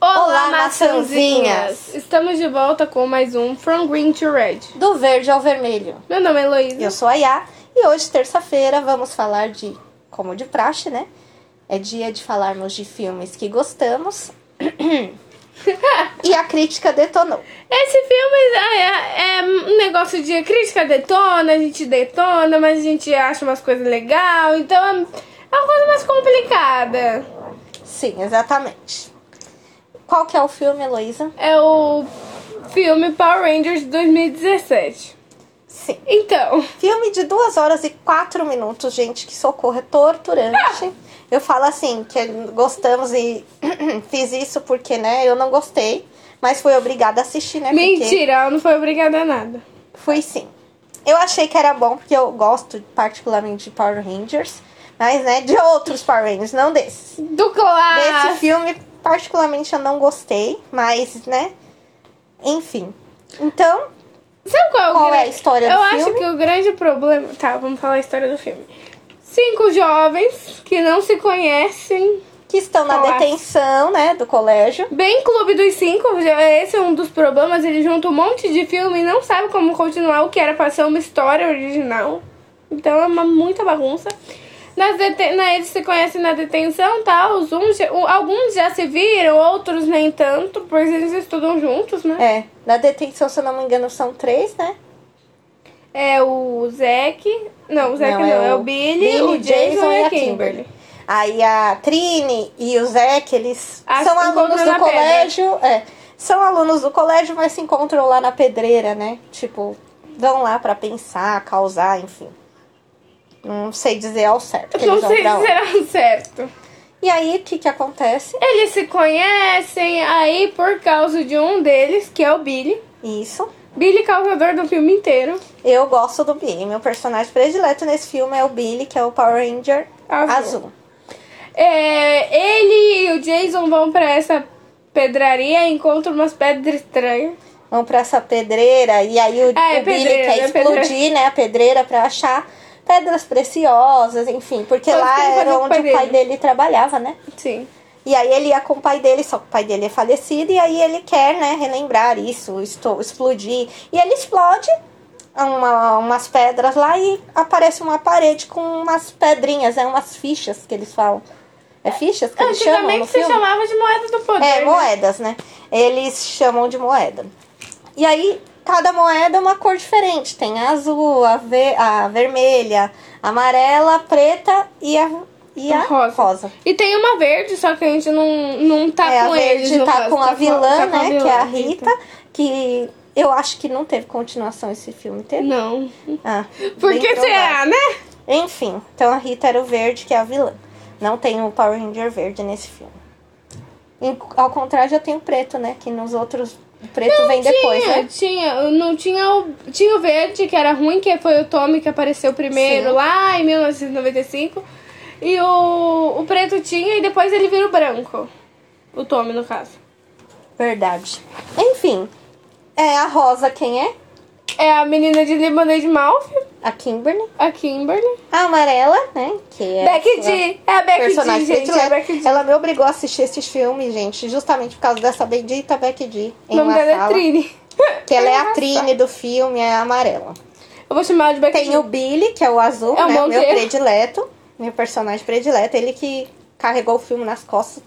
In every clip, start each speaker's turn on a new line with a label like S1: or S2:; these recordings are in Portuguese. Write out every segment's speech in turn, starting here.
S1: Olá, maçãzinhas!
S2: Estamos de volta com mais um From Green to Red.
S1: Do verde ao vermelho.
S2: Meu nome é Heloísa.
S1: Eu sou a Yá e hoje, terça-feira, vamos falar de, como de praxe, né? É dia de falarmos de filmes que gostamos. e a crítica detonou.
S2: Esse filme é, é- é um negócio de crítica detona, a gente detona, mas a gente acha umas coisas legais, então é, é uma coisa mais complicada.
S1: Sim, exatamente. Qual que é o filme, Heloísa?
S2: É o filme Power Rangers de 2017.
S1: Sim.
S2: Então,
S1: Filme de duas horas e quatro minutos, gente, que socorro, é torturante. Eu falo assim, que gostamos e fiz isso porque, né, eu não gostei, mas fui obrigada a assistir, né? porque-
S2: mentira, ela não foi obrigada a nada.
S1: Fui sim. Eu achei que era bom, porque eu gosto particularmente de Power Rangers, mas, né, de outros Power Rangers, não desse.
S2: Do
S1: Desse
S2: claro!
S1: filme, particularmente, eu não gostei, mas, né, enfim. Então,
S2: Sabe qual é o
S1: Qual
S2: grande-
S1: é a história do
S2: Eu
S1: filme?
S2: acho que o grande problema. Tá, vamos falar a história do filme. Cinco jovens que não se conhecem.
S1: que estão na
S2: Eu acho.
S1: detenção, né, do colégio.
S2: Bem Clube dos Cinco, já- esse é um dos problemas. Ele junta um monte de filme e não sabe como continuar o que era pra ser uma história original. Então é uma muita bagunça. Nas deten- na, eles se conhecem na detenção, tal. Os uns já- o- alguns já se viram, outros nem tanto, pois eles estudam juntos, né?
S1: É, na detenção, se eu não me engano, são três, né?
S2: É, o Zack. Não, o Zack não,
S1: Não, é
S2: é,
S1: o
S2: o Billy, o Jason, e a Kimberly.
S1: Aí a Trine e o Zack, eles
S2: Ah,
S1: são
S2: se
S1: alunos
S2: encontram
S1: do
S2: na pedra.
S1: colégio. É, são alunos do colégio, mas se encontram lá na pedreira, né? Tipo, vão lá pra pensar, causar, enfim. Não sei dizer ao certo. que
S2: Não
S1: eles vão
S2: sei
S1: pra
S2: se
S1: onde.
S2: será o certo.
S1: E aí, o que que acontece?
S2: Eles se conhecem aí por causa de um deles, que é o Billy.
S1: Isso.
S2: Billy causador do filme inteiro.
S1: Eu gosto do Billy. Meu personagem predileto nesse filme é o Billy, que é o Power Ranger
S2: Azul.
S1: azul.
S2: É, ele e o Jason vão pra essa pedraria e encontram umas pedras estranhas.
S1: vão pra essa pedreira e aí o,
S2: Ah, é
S1: o Billy
S2: pedreira,
S1: quer
S2: é
S1: explodir,
S2: pedreira.
S1: né, a pedreira pra achar pedras preciosas, enfim, porque
S2: Coisa que
S1: lá
S2: ele fazia
S1: era
S2: com o
S1: onde
S2: pai
S1: o pai
S2: dele.
S1: dele trabalhava, né?
S2: Sim.
S1: E aí ele ia com o pai dele, só que o pai dele é falecido e aí ele quer, né, relembrar isso, esto- explodir. E ele explode uma- umas pedras lá e aparece uma parede com umas pedrinhas, né, umas fichas que eles falam. É fichas que eles chamam no
S2: Antigamente se
S1: filme?
S2: chamava de moeda do poder.
S1: É,
S2: né?
S1: moedas, né? Eles chamam de moeda. E aí, cada moeda é uma cor diferente. Tem a azul, a, ve- a vermelha, a amarela, a preta e a, e a rosa.
S2: Rosa. E tem uma verde, só que a gente não, não tá
S1: é, a
S2: com eles.
S1: verde
S2: no
S1: tá
S2: caso,
S1: com a vilã,
S2: tá com
S1: né? que é a
S2: vilã,
S1: Rita, que eu acho que não teve continuação esse filme inteiro.
S2: então, Não.
S1: Ah,
S2: Por
S1: bem
S2: que
S1: provável.
S2: será, né?
S1: Enfim, então a Rita era o verde, que é a vilã. Não tem o Power Ranger verde nesse filme. Em- ao contrário, já tem o preto, né? Que nos outros o preto vem depois,
S2: tinha,
S1: né?
S2: tinha, não tinha o, tinha o verde que era ruim, que foi o Tommy que apareceu primeiro
S1: Sim.
S2: lá em 1995. E o, o preto tinha e depois ele vira o branco. O Tommy, no caso.
S1: Verdade. Enfim, é a Rosa quem é?
S2: É a menina de Lemonade Mouth,
S1: A Kimberly.
S2: a Kimberly.
S1: A amarela, né? Que é a
S2: Becky
S1: sua
S2: G. É a Becky G,
S1: personagem
S2: gente. É a
S1: predileta.
S2: Becky G.
S1: Ela me obrigou a assistir esse filme, gente, justamente por causa dessa bendita Becky G.
S2: O
S1: Em
S2: nome
S1: uma
S2: dela é
S1: sala.
S2: Trini.
S1: Que ela é a
S2: Nossa.
S1: Trine do filme, é a amarela.
S2: Eu vou chamar ela de Becky
S1: Tem
S2: G.
S1: o Billy, que é o azul,
S2: É o
S1: né?
S2: bom
S1: Meu
S2: ter.
S1: predileto. Meu personagem predileto. Ele que carregou o filme nas costas,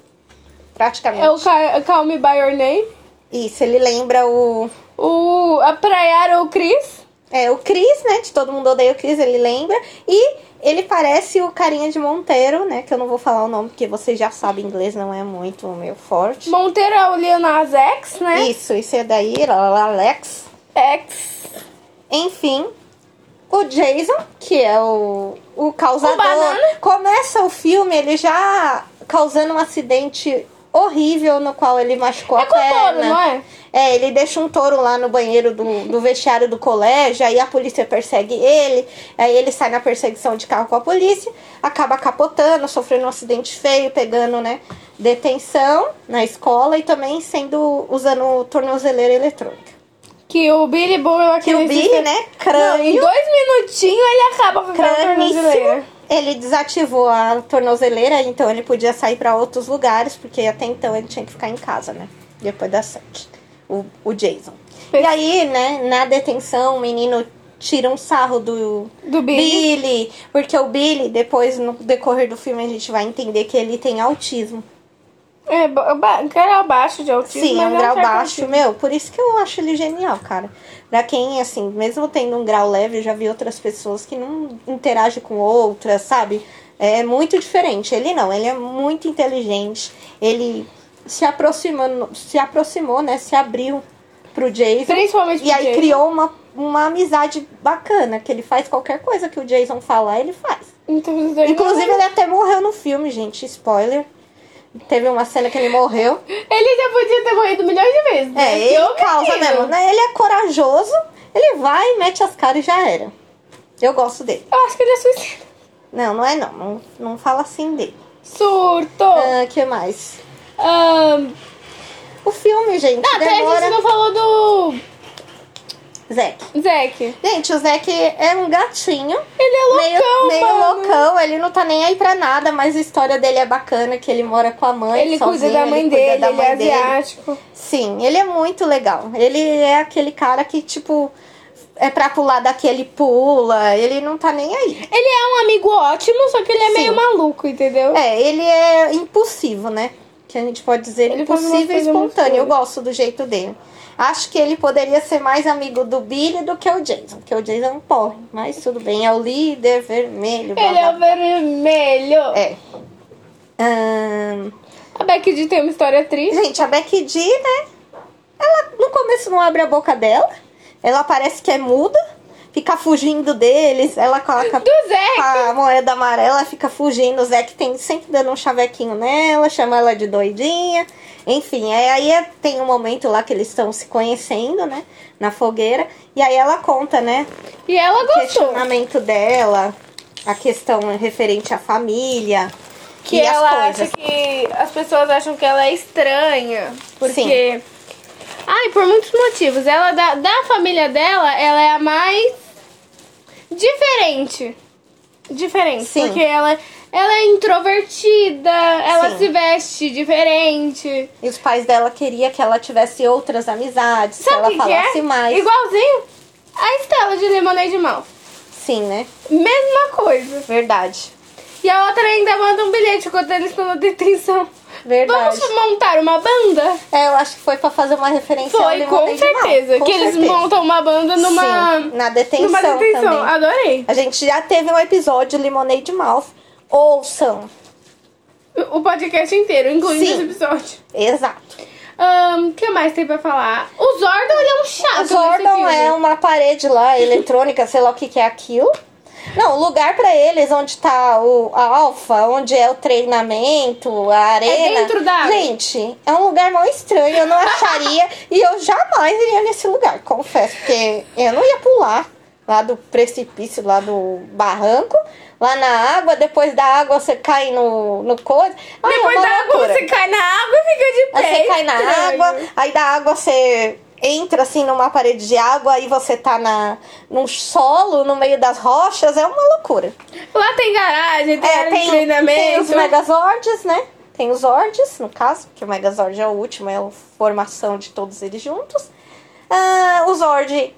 S1: praticamente.
S2: É o Ca- Call Me By Your Name.
S1: Isso, ele lembra o...
S2: O, a Prayara ou Chris.
S1: É, o Cris, né? De todo mundo odeia o Cris, ele lembra. E ele parece o carinha de Monteiro, né? Que eu não vou falar o nome, porque vocês já sabem, inglês não é muito o meu forte.
S2: Monteiro é o Lil Nas X, né?
S1: Isso, isso é daí, lá, lá, Alex.
S2: X.
S1: Enfim, o Jason, que é o, o
S2: O
S1: causador,
S2: banana.
S1: começa o filme, ele já causando um acidente horrível no qual ele machucou
S2: É
S1: a
S2: com
S1: perna.
S2: touro, não é?
S1: É, ele deixa um touro lá no banheiro do, do vestiário do colégio, aí a polícia persegue ele, aí ele sai na perseguição de carro com a polícia, acaba capotando, sofrendo um acidente feio, pegando, né, detenção na escola e também sendo usando tornozeleira eletrônica.
S2: Que o Billy Boy
S1: Que o Billy, né,
S2: Não, em
S1: crânio,
S2: dois minutinhos ele acaba com aquela tornozeleira.
S1: crâníssimo, ele desativou a tornozeleira, então ele podia sair para outros lugares, porque até então ele tinha que ficar em casa, né? Depois da sorte. O, o Jason. E aí, né, na detenção, o menino tira um sarro do
S2: Do Billy.
S1: Billy. Porque o Billy, depois, no decorrer do filme, a gente vai entender que ele tem autismo.
S2: É, ba- ba- um grau baixo de autismo.
S1: Sim, é
S2: mas
S1: um grau
S2: certo
S1: baixo,
S2: autismo.
S1: meu. Por isso que eu acho ele genial, cara. Pra quem, assim, mesmo tendo um grau leve, eu já vi outras pessoas que não interagem com outras, sabe? É muito diferente. Ele não, ele é muito inteligente. Ele se aproximando, se aproximou, né? Se abriu pro Jason.
S2: Principalmente
S1: E
S2: pro
S1: aí
S2: Jason.
S1: criou uma, uma amizade bacana, que ele faz qualquer coisa que o Jason falar, ele faz.
S2: Então, os dois-
S1: Inclusive, ele até morreu no filme, gente. Spoiler. Teve uma cena que ele morreu.
S2: Ele já podia ter morrido milhões de vezes. né?
S1: É,
S2: Porque
S1: ele
S2: o
S1: causa
S2: menino-
S1: mesmo, né? Ele é corajoso, ele vai, mete as caras e já era. Eu gosto dele.
S2: Eu acho que ele é suicida.
S1: Não, não é não. Não, não fala assim dele.
S2: Surto.
S1: O que mais?
S2: Ahn,
S1: O filme, gente,
S2: Ah, até a gente
S1: demora...
S2: não falou
S1: Zack.
S2: do Zack.
S1: Gente, o Zack é um gatinho.
S2: Ele é loucão,
S1: meio, meio
S2: mano.
S1: loucão, ele não tá nem aí pra nada, mas a história dele é bacana, que ele mora com a mãe
S2: Ele
S1: sozinho,
S2: cuida da mãe
S1: ele cuida
S2: dele,
S1: da
S2: ele
S1: mãe
S2: é asiático.
S1: Sim, ele é muito legal. Ele é aquele cara que, tipo, é pra pular daqui, ele pula. Ele não tá nem aí.
S2: Ele é um amigo ótimo, só que ele é
S1: Sim.
S2: meio maluco, entendeu?
S1: É, ele é impulsivo, né? Que a gente pode dizer
S2: Ele é faz
S1: impulsivo e
S2: umas coisas muito
S1: espontâneo. Eu
S2: doidas.
S1: gosto do jeito dele. Acho que ele poderia ser mais amigo do Billy do que o Jason, porque o Jason é um porre, mas tudo bem, é o líder vermelho. blá,
S2: Ele é o
S1: blá.
S2: vermelho.
S1: É. Ahn,
S2: A Becky D tem uma história triste.
S1: Gente, a Becky D, né? Ela no começo não abre a boca dela. Ela parece que é muda. Fica fugindo deles. Ela coloca
S2: Do Zack.
S1: a moeda amarela, fica fugindo. O Zack tem sempre dando um chavequinho nela, chama ela de doidinha. Enfim, é- aí é- tem um momento lá que eles estão se conhecendo, né? Na fogueira. E aí ela conta, né?
S2: E ela
S1: O
S2: gostou.
S1: questionamento dela, a questão referente à família.
S2: Que
S1: e
S2: ela
S1: as coisas.
S2: acha que as pessoas acham que ela é estranha. Porque. Ai, por muitos motivos. Ela, da, da família dela, ela é a mais diferente. Diferente.
S1: Sim.
S2: Porque ela, ela é introvertida, ela
S1: Sim.
S2: se veste diferente.
S1: E os pais dela queriam que ela tivesse outras amizades, que
S2: Sabe
S1: ela
S2: o que, que
S1: falasse
S2: é?
S1: mais.
S2: Igualzinho a Estela de Lemonade Mouth.
S1: Sim, né?
S2: Mesma coisa.
S1: Verdade.
S2: E a outra ainda manda um bilhete quando eles estão na detenção.
S1: Verdade.
S2: Vamos montar uma banda?
S1: É, eu acho que foi pra fazer uma referência ao
S2: Foi,
S1: Lemonade
S2: com
S1: Mouth,
S2: certeza.
S1: com
S2: que eles
S1: certeza.
S2: montam uma banda numa.
S1: Sim, na detenção
S2: numa detenção.
S1: também.
S2: Adorei.
S1: A gente já teve um episódio de Lemonade Mouth. Ouçam.
S2: O podcast inteiro, incluindo
S1: Sim.
S2: esse episódio.
S1: Exato.
S2: Ahn, O que mais tem pra falar? O Zordon, ele é um chato.
S1: O
S2: nesse
S1: Zordon
S2: filme.
S1: é uma parede lá, eletrônica, sei lá o que, que é aquilo. Não, o lugar pra eles onde tá o a alfa, onde é o treinamento, a arena.
S2: É dentro da água.
S1: Gente, é um lugar mal estranho, eu não acharia e eu jamais iria nesse lugar, confesso, porque eu não ia pular lá do precipício, lá do barranco, lá na água, depois da água você cai no no coisa. Ai, é
S2: Depois
S1: uma
S2: da água,
S1: loucura.
S2: você cai na água e fica de pé.
S1: Aí você cai na
S2: É, Estranho.
S1: água, aí da água você entra assim numa parede de água, aí você tá na, num solo, no meio das rochas, é uma loucura.
S2: Lá tem garagem, tem,
S1: É,
S2: área de
S1: tem,
S2: treinamento.
S1: tem os Megazords, né? Tem os Zords, no caso, que o Megazord é o último, é a formação de todos eles juntos. Ah, o Zord,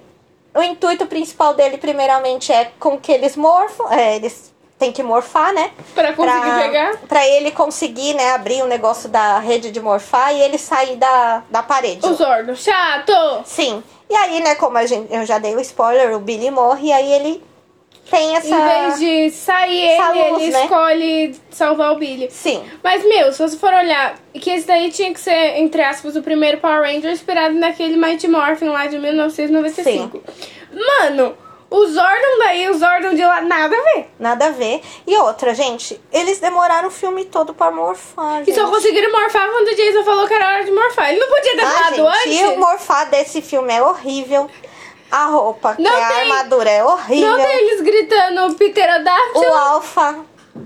S1: o intuito principal dele, primeiramente, é com que eles morfam, é, eles têm que morfar, né?
S2: Pra conseguir pegar.
S1: Pra ele conseguir, né, abrir o negócio da rede de morfar e ele sair da, da parede.
S2: O Zordon, chato.
S1: Sim. E aí, né, como a gente, eu já dei o spoiler, o Billy morre e aí ele tem essa...
S2: Em vez de sair ele,
S1: Essa luz,
S2: ele
S1: né?
S2: escolhe salvar o Billy.
S1: Sim.
S2: Mas, meu, se você for olhar, que esse daí tinha que ser, entre aspas, o primeiro Power Ranger inspirado naquele Mighty Morphin lá de 1995. Mano, o Zordon daí, o Zordon de lá, nada a ver.
S1: Nada a ver. E outra, gente, eles demoraram o filme todo pra morfar.
S2: E só
S1: gente.
S2: conseguiram morfar quando o Jason falou que era hora de morfar. Ele não podia ter
S1: Ah,
S2: falado
S1: gente, e
S2: antes.
S1: o morfar desse filme é horrível. A roupa, que
S2: Não
S1: é a
S2: tem-
S1: armadura é horrível.
S2: Não tem eles gritando
S1: O
S2: Pterodáctilo.
S1: Alpha.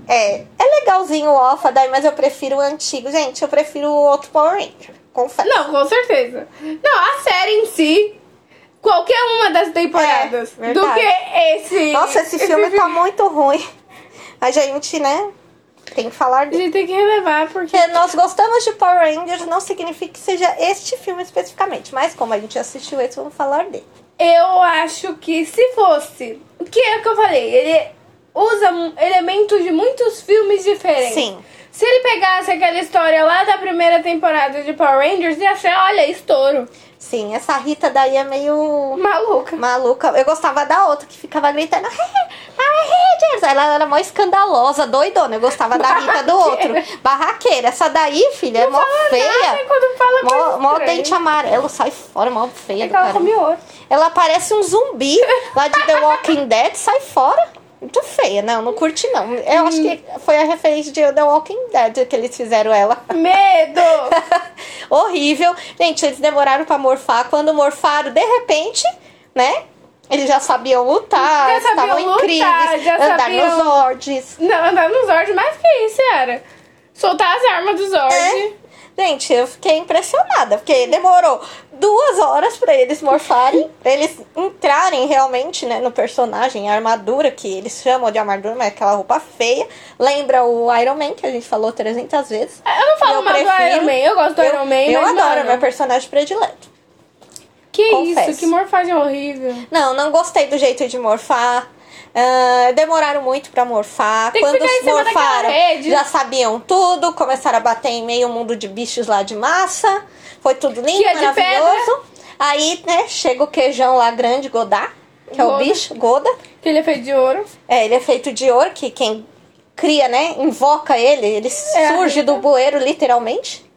S1: É, é legalzinho o Alpha, daí, mas eu prefiro o antigo. Gente, eu prefiro o outro Power Ranger. Confesso.
S2: Não, com certeza. Não, a série em si, qualquer uma das temporadas,
S1: É,
S2: do
S1: verdade.
S2: que esse.
S1: tá Nossa, esse filme tá muito ruim. A gente, né? Tem que falar
S2: A
S1: dele.
S2: gente tem que relevar, porque.
S1: Porque nós gostamos de Power Rangers, não significa que seja este filme especificamente, mas como a gente assistiu esse, vamos falar dele.
S2: Eu acho que se fosse. Que é o que eu falei, ele usa mu- elementos de muitos filmes diferentes.
S1: Sim.
S2: Se ele pegasse aquela história lá da primeira temporada de Power Rangers, ia ser, olha, estouro.
S1: Sim, essa Rita daí é meio
S2: Maluca.
S1: maluca. Eu gostava da outra que ficava gritando "Hey, Power Rangers. Ela era mó escandalosa, doidona. Eu gostava da Rita do outro. Barraqueira. Essa daí, filha, é mó
S2: Nada
S1: feia.
S2: enquanto fala
S1: Mó,
S2: coisa
S1: mó
S2: estranha.
S1: dente amarelo, sai fora, mó feia.
S2: É
S1: do
S2: que ela
S1: caramba.
S2: come ouro.
S1: Ela parece um zumbi lá de The Walking Dead, sai fora. Muito feia, não, não curti não. Eu acho que
S2: Hum.
S1: foi a referência de The Walking Dead que eles fizeram ela.
S2: Medo!
S1: Horrível. Gente, eles demoraram pra morfar. Quando morfaram, de repente, né? Eles já sabiam lutar,
S2: Já
S1: eles
S2: sabiam
S1: estavam
S2: lutar,
S1: incríveis,
S2: já
S1: andar
S2: sabiam-
S1: nos ordens.
S2: Não, andar no Zord, mais que isso, era. Soltar as armas do Zord.
S1: né? É? Gente, eu fiquei impressionada, porque demorou duas horas pra eles morfarem, pra eles entrarem realmente né, no personagem, a armadura que eles chamam de armadura, mas é aquela roupa feia. Lembra o Iron Man, que a gente falou 300 vezes.
S2: Eu não falo
S1: Eu
S2: mal do
S1: prefiro-
S2: Iron Man, eu gosto do
S1: eu
S2: Iron Man,
S1: eu
S2: mas,
S1: adoro,
S2: mano,
S1: meu personagem predileto.
S2: Que
S1: confesso.
S2: isso, que morfagem horrível.
S1: Não, não gostei do jeito de morfar. Ah, demoraram muito pra morfar.
S2: Tem que
S1: Quando
S2: ficar em cima daquela
S1: morfaram,
S2: rede.
S1: já sabiam tudo. Começaram a bater em meio mundo de bichos lá de massa. Foi tudo lindo,
S2: Que é de
S1: maravilhoso. Aí, né, chega o queijão lá grande, Godá, que é o
S2: Goda.
S1: bicho, Goda.
S2: Que ele é feito de ouro.
S1: É, ele é feito de ouro, que quem cria, né, invoca ele, ele
S2: É a Hum,
S1: surge do bueiro, literalmente.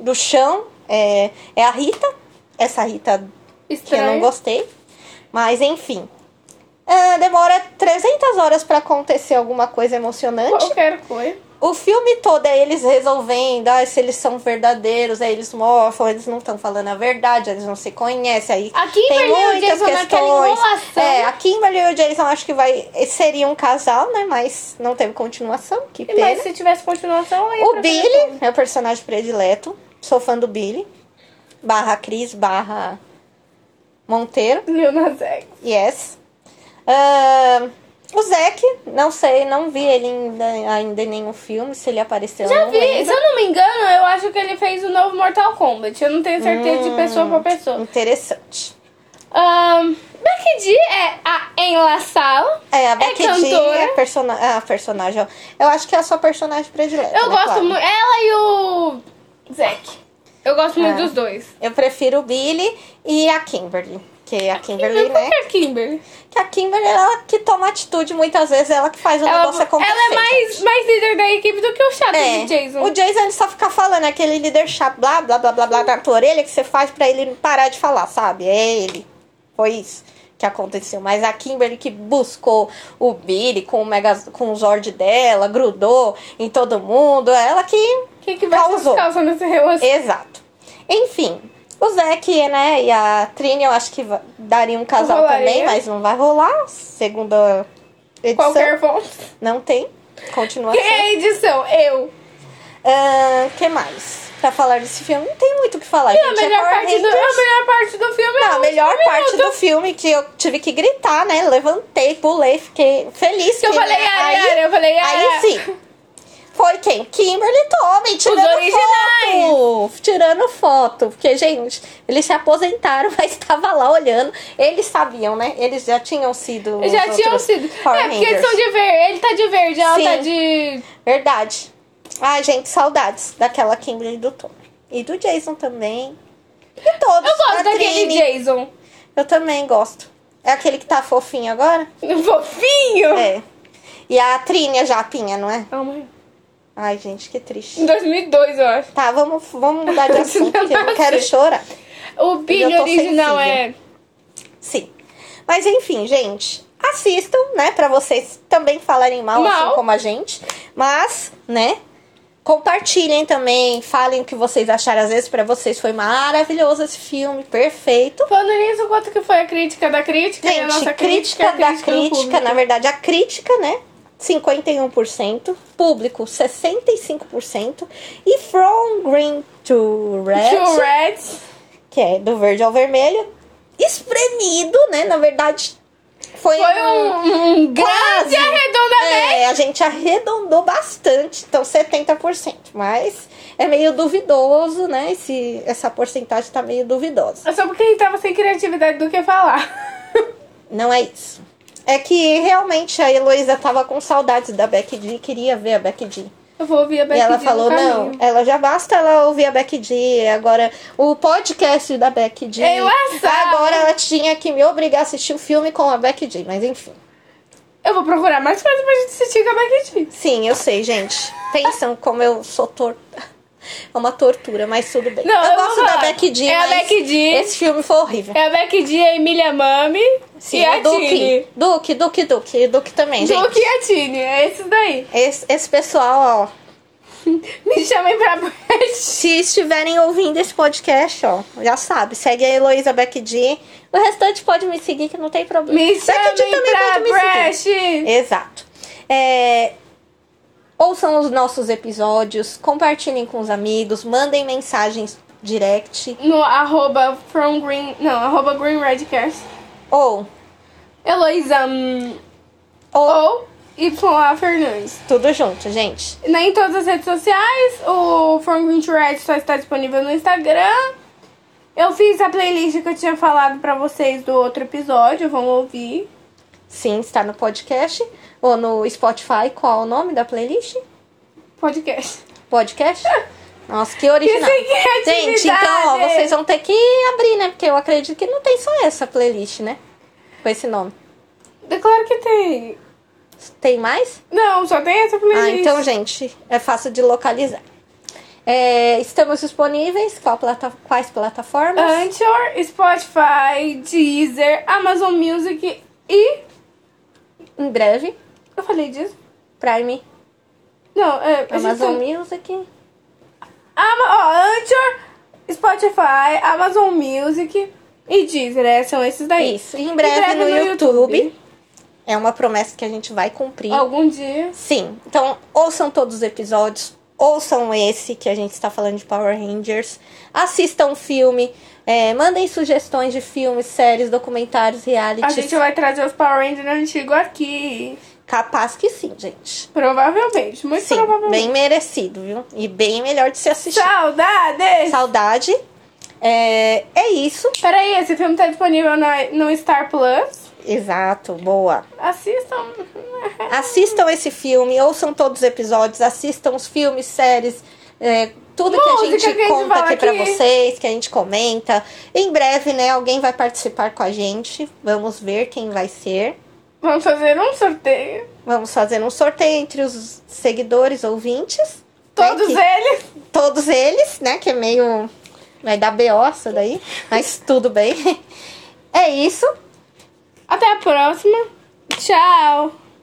S1: Do chão. É, é a Rita. Essa Rita que eu
S2: Estranho.
S1: não gostei. Mas enfim. Ah, demora 300 horas pra acontecer alguma coisa emocionante.
S2: Qualquer coisa.
S1: O filme todo é eles resolvendo ah, se eles são verdadeiros, aí eles morfam, eles não estão falando a verdade, eles não se conhecem. Aí
S2: A Kimberly e o Jason naquela enrolação.
S1: É, a Kimberly e o Jason acho que vai seria um casal, né? Mas não teve continuação, que pena.
S2: Mas se tivesse continuação, aí
S1: O Billy, meu personagem predileto. Sou fã do Billy. Barra Cris, barra Monteiro.
S2: Leonas X.
S1: Yes. Ahn, o Zack, não sei, não vi ele ainda, ainda em nenhum filme, se ele apareceu.
S2: Já
S1: não
S2: vi,
S1: lembro.
S2: se eu não me engano, eu acho que ele fez o novo Mortal Kombat. Eu não tenho certeza de pessoa
S1: Hum.
S2: pra pessoa.
S1: Interessante.
S2: Um, Becky G é a enlaçala.
S1: É, a Becky G
S2: cantora.
S1: é persona ah, personagem. ó. Eu acho que é a sua personagem predileta.
S2: Eu
S1: né,
S2: gosto
S1: Clara?
S2: muito. Ela e o Zack. Eu gosto muito
S1: É.
S2: dos dois.
S1: Eu prefiro o Billy e a Kimberly. Que a Kimberly,
S2: Mas por
S1: né?
S2: que a Kimberly?
S1: Que a Kimberly, é ela que toma atitude muitas vezes, ela que faz o
S2: Ela,
S1: negócio acontecer.
S2: ela é
S1: gente.
S2: mais, mais líder da equipe do que o chato de
S1: É.
S2: Jason.
S1: O Jason ele só fica falando aquele líder chato, blá, blá, blá, blá, blá, na tua orelha que você faz pra ele parar de falar, sabe? É ele. Foi isso que aconteceu. Mas a Kimberly que buscou o Billy com o, mega, com o Zord dela, grudou em todo mundo. Ela que.
S2: que, que vai
S1: causou.
S2: ser causa nessa relação?
S1: Exato. Enfim. O Zack, né, e a Trini, eu acho que va- daria um casal
S2: Rolaria.
S1: também, mas não vai rolar. Segunda edição.
S2: Qualquer fonte.
S1: Não tem. Continua
S2: Quem
S1: sendo.
S2: é a edição? Eu.
S1: O Ah, que mais? Pra falar desse filme, não tem muito o que falar.
S2: A
S1: gente. É
S2: melhor,
S1: Power
S2: parte do, a
S1: Rangers.
S2: melhor parte do filme
S1: Não, a
S2: é
S1: melhor parte do filme que eu tive que gritar, né? Levantei, pulei, fiquei feliz.
S2: Que eu falei,
S1: é
S2: "Ah,
S1: aí,
S2: Yara, eu falei, "Ah".
S1: aí
S2: Yara.
S1: sim. Foi quem? Kimberly Tommy, tirando
S2: originais.
S1: foto. Tirando foto. Porque, gente, eles se aposentaram, mas estava lá olhando. Eles sabiam, né? Eles já tinham sido. os
S2: Já tinham
S1: outros
S2: sido.
S1: Power
S2: é, porque eles
S1: Rangers.
S2: são de verde. Ele tá de verde, ela
S1: Sim.
S2: tá de.
S1: Verdade. Ai, gente, saudades daquela Kimberly e do Tom. E do Jason também. E todos.
S2: Eu gosto
S1: da
S2: daquele
S1: Trini.
S2: Jason.
S1: Eu também gosto. É aquele que tá fofinho agora?
S2: Fofinho!
S1: É. E a Trini é japinha, não é?
S2: Oh, mãe.
S1: Ai, gente, que triste.
S2: Em 2002, eu acho.
S1: Tá, vamos, vamos mudar de assunto, porque eu não quero chorar.
S2: O
S1: Eu já
S2: Billy
S1: tô
S2: original é.
S1: Sim. Mas enfim, gente, assistam, né? Pra vocês também falarem mal, assim
S2: Mal.
S1: como a gente. Mas, né? Compartilhem também, falem o que vocês acharam. Às vezes, pra vocês foi maravilhoso esse filme, perfeito.
S2: Falando nisso, quanto que foi a crítica da crítica e É, a
S1: Gente,
S2: nossa crítica, a
S1: crítica, da
S2: crítica do
S1: crítica,
S2: público?
S1: na verdade, a crítica, né? 51%, público 65%, e From Green to Red,
S2: Two Reds.
S1: que é do verde ao vermelho, espremido, né? Na verdade, Foi,
S2: Foi um, um grande
S1: Quase.
S2: arredondamento.
S1: É, a gente arredondou bastante, então 70%. Mas é meio duvidoso, né? Esse, essa porcentagem tá meio duvidosa.
S2: É Só porque ele tava sem criatividade do que falar.
S1: Não é isso. É que realmente a Heloísa tava com saudades da Becky D, queria ver a Becky D.
S2: Eu vou ouvir a
S1: E
S2: Becky
S1: ela
S2: G no
S1: falou, não,
S2: caminho.
S1: ela já basta ela ouvir a Becky D. Agora, o podcast da Becky D.
S2: É engraçado.
S1: Agora ela tinha que me obrigar a assistir o filme com a Becky D, mas enfim.
S2: Eu vou procurar mais coisa pra gente assistir com a Becky G.
S1: Sim, eu sei, gente. Pensam como eu sou torta. É uma tortura, mas tudo bem.
S2: Não,
S1: eu
S2: eu vou
S1: gosto da
S2: falar.
S1: Becky D,
S2: É a
S1: mas
S2: Becky D.
S1: esse filme foi horrível.
S2: É a Becky G, a Emília Mami
S1: Sim, é
S2: e a
S1: o Duke.
S2: Tini.
S1: Duke, Duke, Duke. Duke também, gente.
S2: Duke e a Tini, é esse daí.
S1: Esse, esse pessoal, ó.
S2: Me chamem pra parte.
S1: Se estiverem ouvindo esse podcast, ó, já sabe. Segue a Heloísa Becky D. O restante pode me seguir, que não tem problema.
S2: Me
S1: Becky D
S2: chamem
S1: também
S2: pra
S1: pode me seguir.
S2: Brecht.
S1: Exato. É, ouçam os nossos episódios, compartilhem com os amigos, mandem mensagens direct.
S2: No arroba from green... Não, arroba green redcast.
S1: Ou,
S2: Heloísa hum,
S1: ou,
S2: ou YA Fernandes.
S1: tudo junto, gente.
S2: Nem em todas as redes sociais. O From Green to Red só está disponível no Instagram. Eu fiz a playlist que eu tinha falado pra vocês do outro episódio. Vão ouvir.
S1: Sim, está no podcast ou no Spotify. Qual é o nome da playlist?
S2: Podcast.
S1: Podcast? Nossa, que original.
S2: Que sem
S1: gente, então, ó,
S2: criatividade.
S1: vocês vão ter que abrir, né? Porque eu acredito que não tem só essa playlist, né? Com esse nome.
S2: É claro que tem.
S1: Tem mais?
S2: Não, só tem essa playlist.
S1: Ah, então, gente, é fácil de localizar. É, estamos disponíveis. Qual plata- quais plataformas?
S2: Anchor, Spotify, Deezer, Amazon Music e...
S1: Em breve.
S2: Eu falei disso?
S1: Prime,
S2: Não, é... a gente
S1: Amazon
S2: tem-
S1: Music.
S2: Ama ó, Anchor, Spotify, Amazon Music e Deezer. É, são esses daí.
S1: Isso. Em breve, no, YouTube. É uma promessa que a gente vai cumprir.
S2: Algum dia.
S1: Sim, então ouçam todos os episódios, ouçam esse que a gente está falando de Power Rangers, assistam o filme, é, mandem sugestões de filmes, séries, documentários,
S2: A
S1: realities.
S2: gente vai trazer os Power Rangers antigos aqui.
S1: Capaz que sim, gente.
S2: Provavelmente. Muito
S1: Sim,
S2: provavelmente.
S1: bem merecido, viu? E bem melhor de se assistir.
S2: Saudades!
S1: Saudade. É, é isso.
S2: Peraí, esse filme tá disponível na- no Star Plus.
S1: Exato, boa.
S2: Assistam.
S1: Assistam esse filme, ouçam todos os episódios, assistam os filmes, séries, é, tudo que a
S2: Música
S1: gente
S2: que a gente
S1: conta
S2: fala
S1: aqui pra
S2: aqui.
S1: vocês, que a gente comenta. Em breve, né, alguém vai participar com a gente. Vamos ver quem vai ser.
S2: Vamos fazer um sorteio.
S1: Vamos fazer um sorteio entre os seguidores, ouvintes.
S2: Todos
S1: né,
S2: eles.
S1: que- Todos eles, né? Que é meio. Vai dar B.O. isso daí. Mas tudo bem. É isso.
S2: Até a próxima. Tchau.